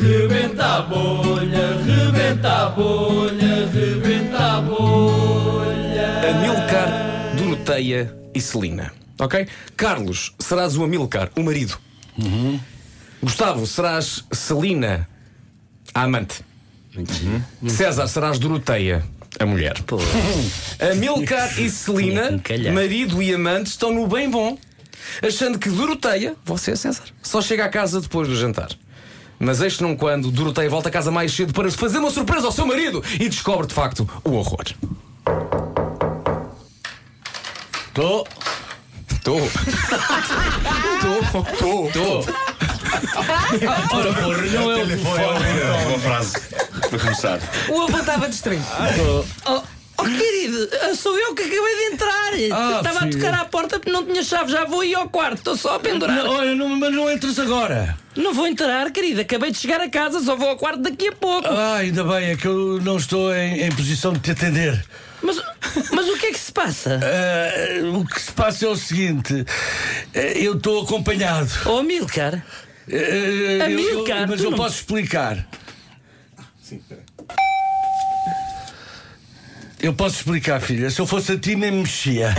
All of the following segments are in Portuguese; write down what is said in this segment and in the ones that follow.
Rebenta a bolha, rebenta a bolha, rebenta a bolha. Amilcar, Doroteia e Celina. Ok? Carlos, serás o Amilcar, o marido. Gustavo, serás Celina, a amante. César, serás Doroteia, a mulher. Pô, Amilcar e Tinha Celina, que encalhar. marido e amante, estão no bem bom, achando que Doroteia, você, é César, só chega à casa depois do jantar. Mas este não quando Doroteia volta a casa mais cedo para fazer uma surpresa ao seu marido e descobre de facto o horror. tô. Estou. Estou. Estou. Ora, porra, não é o Boa frase. Para começar. O avô estava distraído. Ah, Oh, oh, querido, sou eu que acabei de entrar. Ah, Estava a filha. tocar à porta porque não tinha chave. Já vou ir ao quarto. Estou só a pendurar. Não, Não, olha, não, mas não entres agora. vou entrar, querida. Acabei de chegar a casa. Só vou ao quarto daqui a pouco. Ah, ainda bem, é que eu não estou em, em posição de te atender. Mas, mas o que é que se passa? Ah, o que se passa é o seguinte: eh, eu estou acompanhado. Oh, Milcar. Ah, eu- Amilcar, eu- mas tu eu não- posso explicar. Eu posso explicar, filha. Se eu fosse a ti, nem mexia.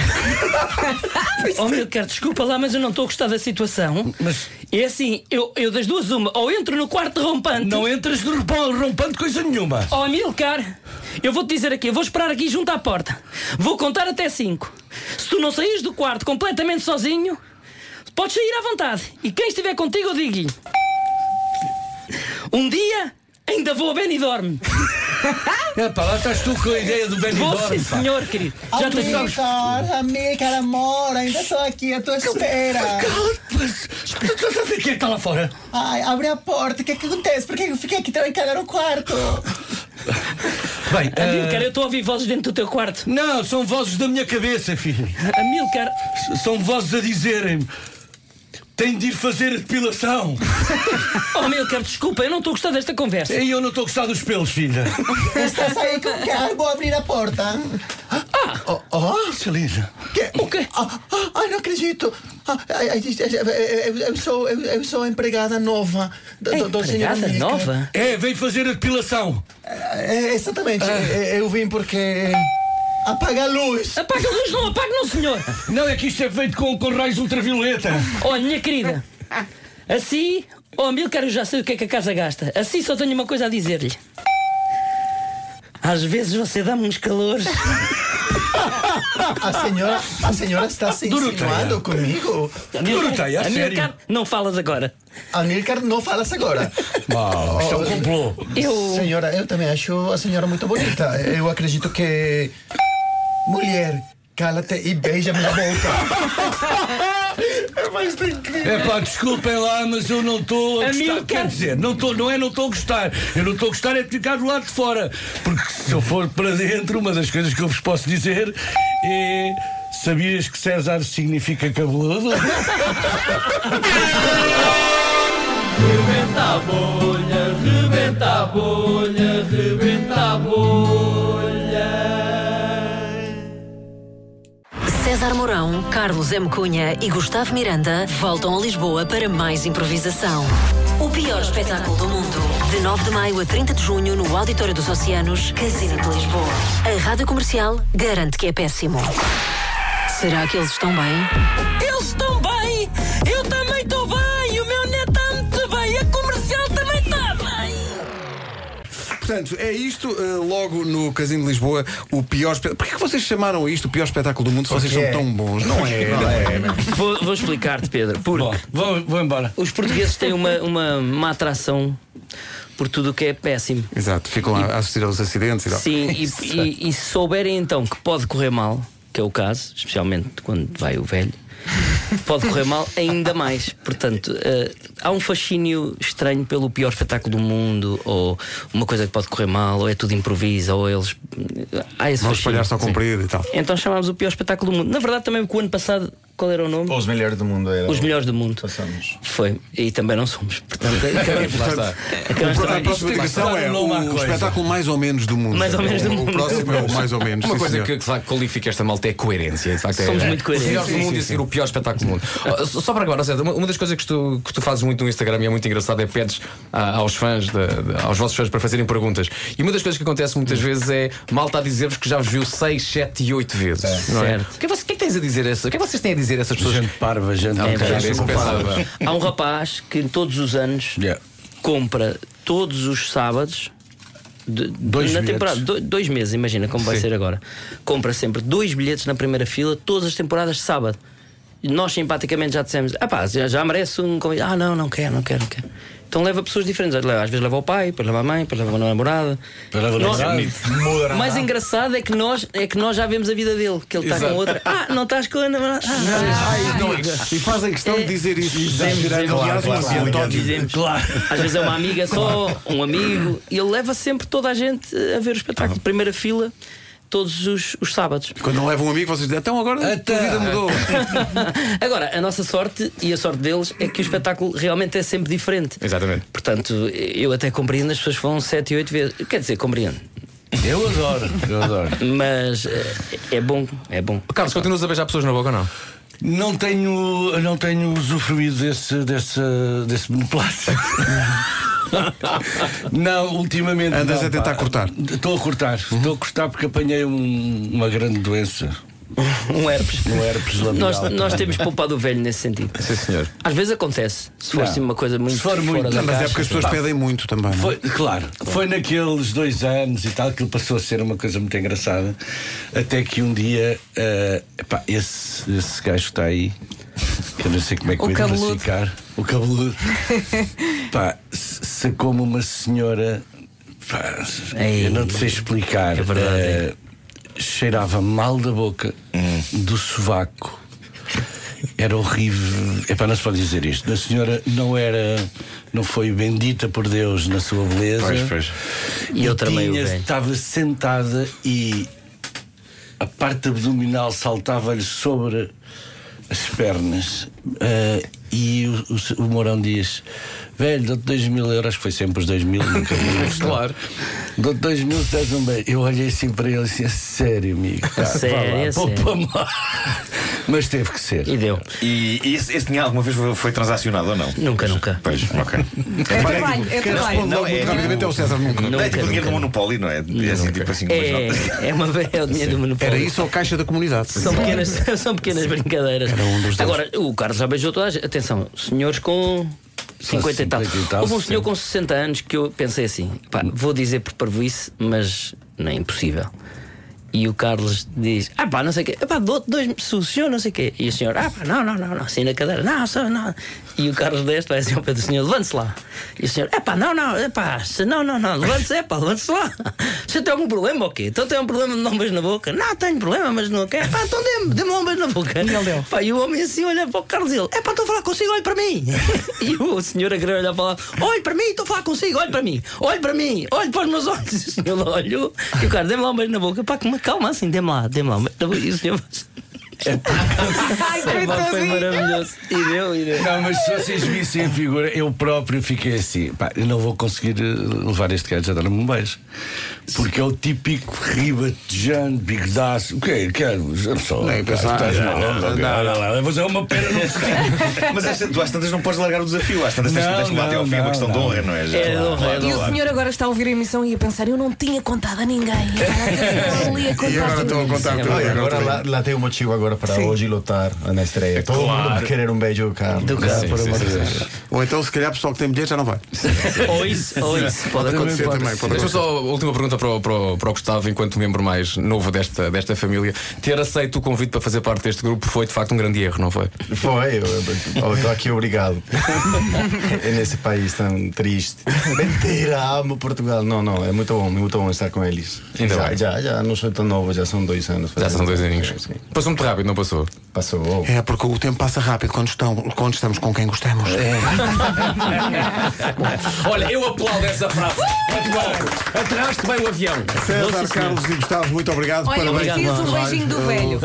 Oh, Milcar, desculpa lá, mas eu não estou a gostar da situação. Mas- É assim, eu, eu das duas uma. Ou entro no quarto rompante. Não entras no rompão- rompando coisa nenhuma. Oh, Amilcar, eu vou-te dizer aqui, eu vou esperar aqui junto à porta. Vou contar até cinco. Se tu não saís do quarto completamente sozinho, podes sair à vontade. E quem estiver contigo, eu digo-lhe. Um dia, ainda vou a Benidorm. É pá, lá estás tu com a ideia do Benny Vou, Dorme, sim, pá. senhor, querido. Já te sabes. Amilcar, Amilcar, amor, ainda estou aqui à tua espera. Cala-te, Ah, mas- mas tu sabes quem é que está lá fora? Ai, abre a porta, o que é que acontece? Por que eu fiquei aqui também cagar no quarto? Bem, ah, Amilcar, eu estou a ouvir vozes dentro do teu quarto. não, são vozes da minha cabeça, filho. Amilcar, S- São vozes a dizerem-me. Tenho de ir fazer a depilação. oh, Amilcar, desculpa, eu não estou a gostar desta conversa. E eu não estou a gostar dos pelos, filha. Estás aí com o carro, vou abrir a porta. Oh, oh Celina. Que- O quê? Ah, ah, ai, não acredito. Ah, ai, ai, ai, é, eu, eu sou, eu, eu sou a empregada nova do, do- do senhor Empregada Então, Amilcar. nova? É, vem fazer a depilação. É, exatamente, Ah. É, eu vim porque... Apaga a luz. Apaga a luz, não apaga, não, senhor. Não é que isto é feito com, com raios ultravioleta. Olha, minha querida, assim, oh Milcar, eu já sei o que é que a casa gasta. Assim só tenho uma coisa a dizer-lhe. Às vezes você dá-me uns calores. Ah, A senhora, a senhora está se Doroteia. insinuando comigo. Doroteia, a sério. Amilcar, não falas agora. Amilcar, não falas agora. Oh, Uau, isto é um complô. Eu. Senhora, eu também acho a senhora muito bonita. Eu acredito que. Mulher, cala-te e beija minha boca. É pá, desculpem lá, mas eu não estou a A gostar. mim, Quer cara- dizer, não, tô, não é não estou a gostar. Eu não estou a gostar é de ficar do lado de fora. Porque se eu for para dentro, uma das coisas que eu vos posso dizer é. Sabias que César significa cabeludo? Rebenta a bolha, rebenta a bolha, rebenta a bolha. César Mourão, Carlos M. Cunha e Gustavo Miranda voltam a Lisboa para mais improvisação. O pior espetáculo do mundo. De 9 de maio a 30 de junho no Auditório dos Oceanos, Casino de Lisboa. A rádio comercial garante que é péssimo. Será que eles estão bem? Eles estão bem! Eu também estou bem! O meu neto está muito bem! A comercial também está bem! Portanto, é isto, eh, logo no Casino de Lisboa, o pior espetáculo. Porquê que vocês chamaram isto o pior espetáculo do mundo se vocês são é. tão bons? Não é? Vou, vou explicar-te, Pedro. Porque Bom, vou, vou embora. os portugueses têm uma, uma, uma atração por tudo o que é péssimo. Exato, ficam a a assistir aos acidentes e tal. Sim, e, e, e se souberem então que pode correr mal, que que é o caso, especialmente quando vai o velho, pode correr mal ainda mais. Portanto, eh, há um fascínio estranho pelo pior espetáculo do mundo, ou uma coisa que pode correr mal, ou é tudo improvisa, ou eles. eh, Há esse Vão fascínio. espalhar-se ao comprido e tal. Então chamámos o pior espetáculo do mundo. Na verdade, também porque o ano passado, qual era o nome? Os melhores do mundo era. Os melhores do mundo. Passamos. Foi. E também não somos. Portanto, acabamos- acabamos A também- próxima digressão é o espetáculo mais ou menos do mundo. Mais ou menos do O- mundo. O próximo é o mais ou menos. Uma sim, coisa senhor. que, de facto, qualifica esta malta é a coerência. De facto, é- Somos é, muito coerentes. O melhor do Sim, mundo e a seguir o pior espetáculo do mundo. Oh, só só para acabar, Zé, uma, uma das coisas que tu, que tu fazes muito no Instagram e é muito engraçado é pedes ah, aos fãs, de- de- aos vossos fãs, para fazerem perguntas. E uma das coisas que acontece Hum. muitas vezes é malta a dizer-vos que já vos viu 6, 7 e 8 vezes. não é? Certo. O que, é que, o que é que tens a dizer a essas- O que é que vocês têm a dizer a essas pessoas? Gente parva, gente É, parva. mas- Era isso que eu pensava. Há um rapaz que todos os anos Yeah. compra todos os sábados. de- Dois na bilhetes. temporada, do- dois meses, imagina como vai ser agora. Compra sempre dois bilhetes na primeira fila, todas as temporadas de sábado. E Nós simpaticamente já dissemos: ah pá, já, já merece um convite. Ah, não, não quero, não quero, não quero. Então leva pessoas diferentes. Leva- Às vezes leva o pai, depois leva a mãe, depois leva a namorada. Depois leva a Nós- namorada. O mais engraçado é que, nós, é que nós já vemos a vida dele, que ele está com Exato. outra. Ah, não estás com a namorada. Ah, E fazem questão É, de dizer isso. dizemos, Aliás, uma Claro, piada. dizemos. Às vezes é uma amiga só, um amigo, e ele leva sempre toda a gente a ver o espetáculo. Primeira fila, todos os, os sábados. Quando leva um amigo, vocês dizem, então agora a tua Até. vida mudou. Agora, a nossa sorte e a sorte deles é que o espetáculo realmente é sempre diferente. Exatamente. Portanto, eu até compreendo, as pessoas vão 7 e 8 vezes. Quer dizer, compreendo. Eu adoro, eu adoro. Mas eh, é bom, é bom. Carlos, continuas a beijar pessoas na boca ou não? Não tenho, não tenho usufruído desse, desse, desse beneplácito. não, ultimamente. Andas não, a tentar Uhum. pá. cortar. Estou a cortar, estou a cortar porque apanhei um- uma grande doença. Um herpes. Um herpes Nós, labial. nós temos poupado o velho nesse sentido. Sim, senhor. Às vezes acontece, se for Não. assim uma coisa muito Se for fora muito- da Não, mas é caixa. porque as pessoas pedem muito também. não é? Foi, claro, foi naqueles dois anos e tal que ele passou a ser uma coisa muito engraçada. Até que um dia, eh, epá, esse, esse gajo que está aí, que eu não sei como é que O eu ia cabeludo. classificar, o cabeludo, pá, s- sacou-me uma senhora, pá, Ei, eu não te sei explicar, é verdade, eh, cheirava mal da boca, Hum. do sovaco. Era horrível. É para não se pode dizer isto. A senhora não era, não foi bendita por Deus na sua beleza. Pois, pois. E eu tramei o tinha- velho. Estava sentada e a parte abdominal saltava-lhe sobre as pernas. Ah, e o, o- o Mourão diz: Velho, dou-te 2 mil euros, que foi sempre os 2 mil, nunca vi. Claro. Dou-te 2 mil, estás um bem. Eu olhei assim para ele e disse: "É Sério, amigo. Tá, sério, é vá lá, sério." poupa-me lá." Mas teve que ser. E deu. E, e esse, esse dinheiro alguma vez foi, foi transacionado ou não? Nunca, nunca. Pois, ok. É trabalho, é Quem trabalho. responde Não, logo é muito rapidamente é o César Nunca. Não é Nunca, tipo dinheiro do nunca. Monopólio, não é? É assim, tipo assim, umas notas. É, é uma é o dinheiro do monopólio. Era isso ou caixa da comunidade? São pequenas, são pequenas brincadeiras. um Agora, o Carlos já beijou toda a gente. Atenção, senhores com 50 e tal. 50 e tal, Houve um sim. senhor com 60 anos que eu pensei assim: pá, vou dizer por parvoíce, mas não é impossível. E o Carlos diz: Ah, pá, não sei o quê. Ah, pá, dou-te dois. Se o senhor não sei o quê. E o senhor: Ah, pá, não, não, não, não. Assim na cadeira: Não, só não. E o Carlos deste vai assim ao pé do senhor: Levante-se lá. E o senhor: É pá, não, não, é pá, se- não, não, não. Levante-se, é pá, levante-se lá. Você tem algum problema ou quê? Então tem um problema de não um beijo na boca? Não, tenho problema, mas não quero. Pá, então dê-me dê um beijo na boca. E ele deu. Pá, e o homem assim olha para o Carlos e ele: É pá, estou a falar consigo, olhe para mim. e o senhor a querer olhar para lá: Olhe para mim, estou a falar consigo, olhe para mim, olhe para mim, olhe para os meus olhos. E o senhor olhou e o cara dê-me lá um beijo na boca. Pá, como calma assim, dê-me lá, dê-me lá. um beijo na boca. E o senhor. Ai, Pá, foi coitadinho. maravilhoso. E deu, e deu. Não, mas se vocês vissem a figura, eu próprio fiquei assim: pá, eu não vou conseguir eh, levar este gajo a dar-me um beijo. Porque é o típico ribatejano, bigodaço. O que é? Quero. Só. Nem pensar. Estás mal, Não, não, não, não, não, vou fazer uma pena no Mas às tantas- tu às tantas não podes largar o desafio, às tantas tens Não, tens que lá até ao não, fim, é uma questão não. de honra, não é? Já, É de honra, claro, é de E claro. o senhor agora está a ouvir a emissão e a pensar: eu não tinha contado a ninguém. E agora E agora estão estou a contar tudo. Ah, e agora Agora tudo. lá, lá tem um motivo agora agora para Sim. hoje lutar na estreia. Todo mundo vai querer um beijo do Carlos. Do Carlos, por amor de Deus. Ou então, se calhar, pessoal que tem bilhete já não vai. Ou isso, ou isso. é Pode Também acontecer. pode também, pode Deixa-me acontecer. só a última pergunta para o, para, o, para o Gustavo, enquanto membro mais novo desta, desta família. Ter aceito o convite para fazer parte deste grupo foi de facto um grande erro, não foi? Foi, eu estou aqui obrigado. é nesse país tão triste. Mentira, amo Portugal. Não, não, é muito bom, é muito bom estar com eles. Ainda já, bem. já, já não sou tão novo, já são dois anos. É, Já são dois aninhos. Sim. Passou muito rápido, não passou? Passou. É porque o tempo passa rápido quando, estão, quando estamos com quem gostamos. É. Olha, eu aplaudo essa frase. Muito bem. Aterraste bem o avião. Não, César, sim, senhor. Carlos e Gustavo, muito obrigado. Olha, Parabéns preciso pelo um trabalho. beijinho do velho.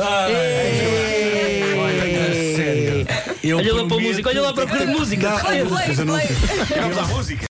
Eu Olha lá para a prometo- música, olha lá para a música. Dá- Play, play, play. Vamos à música.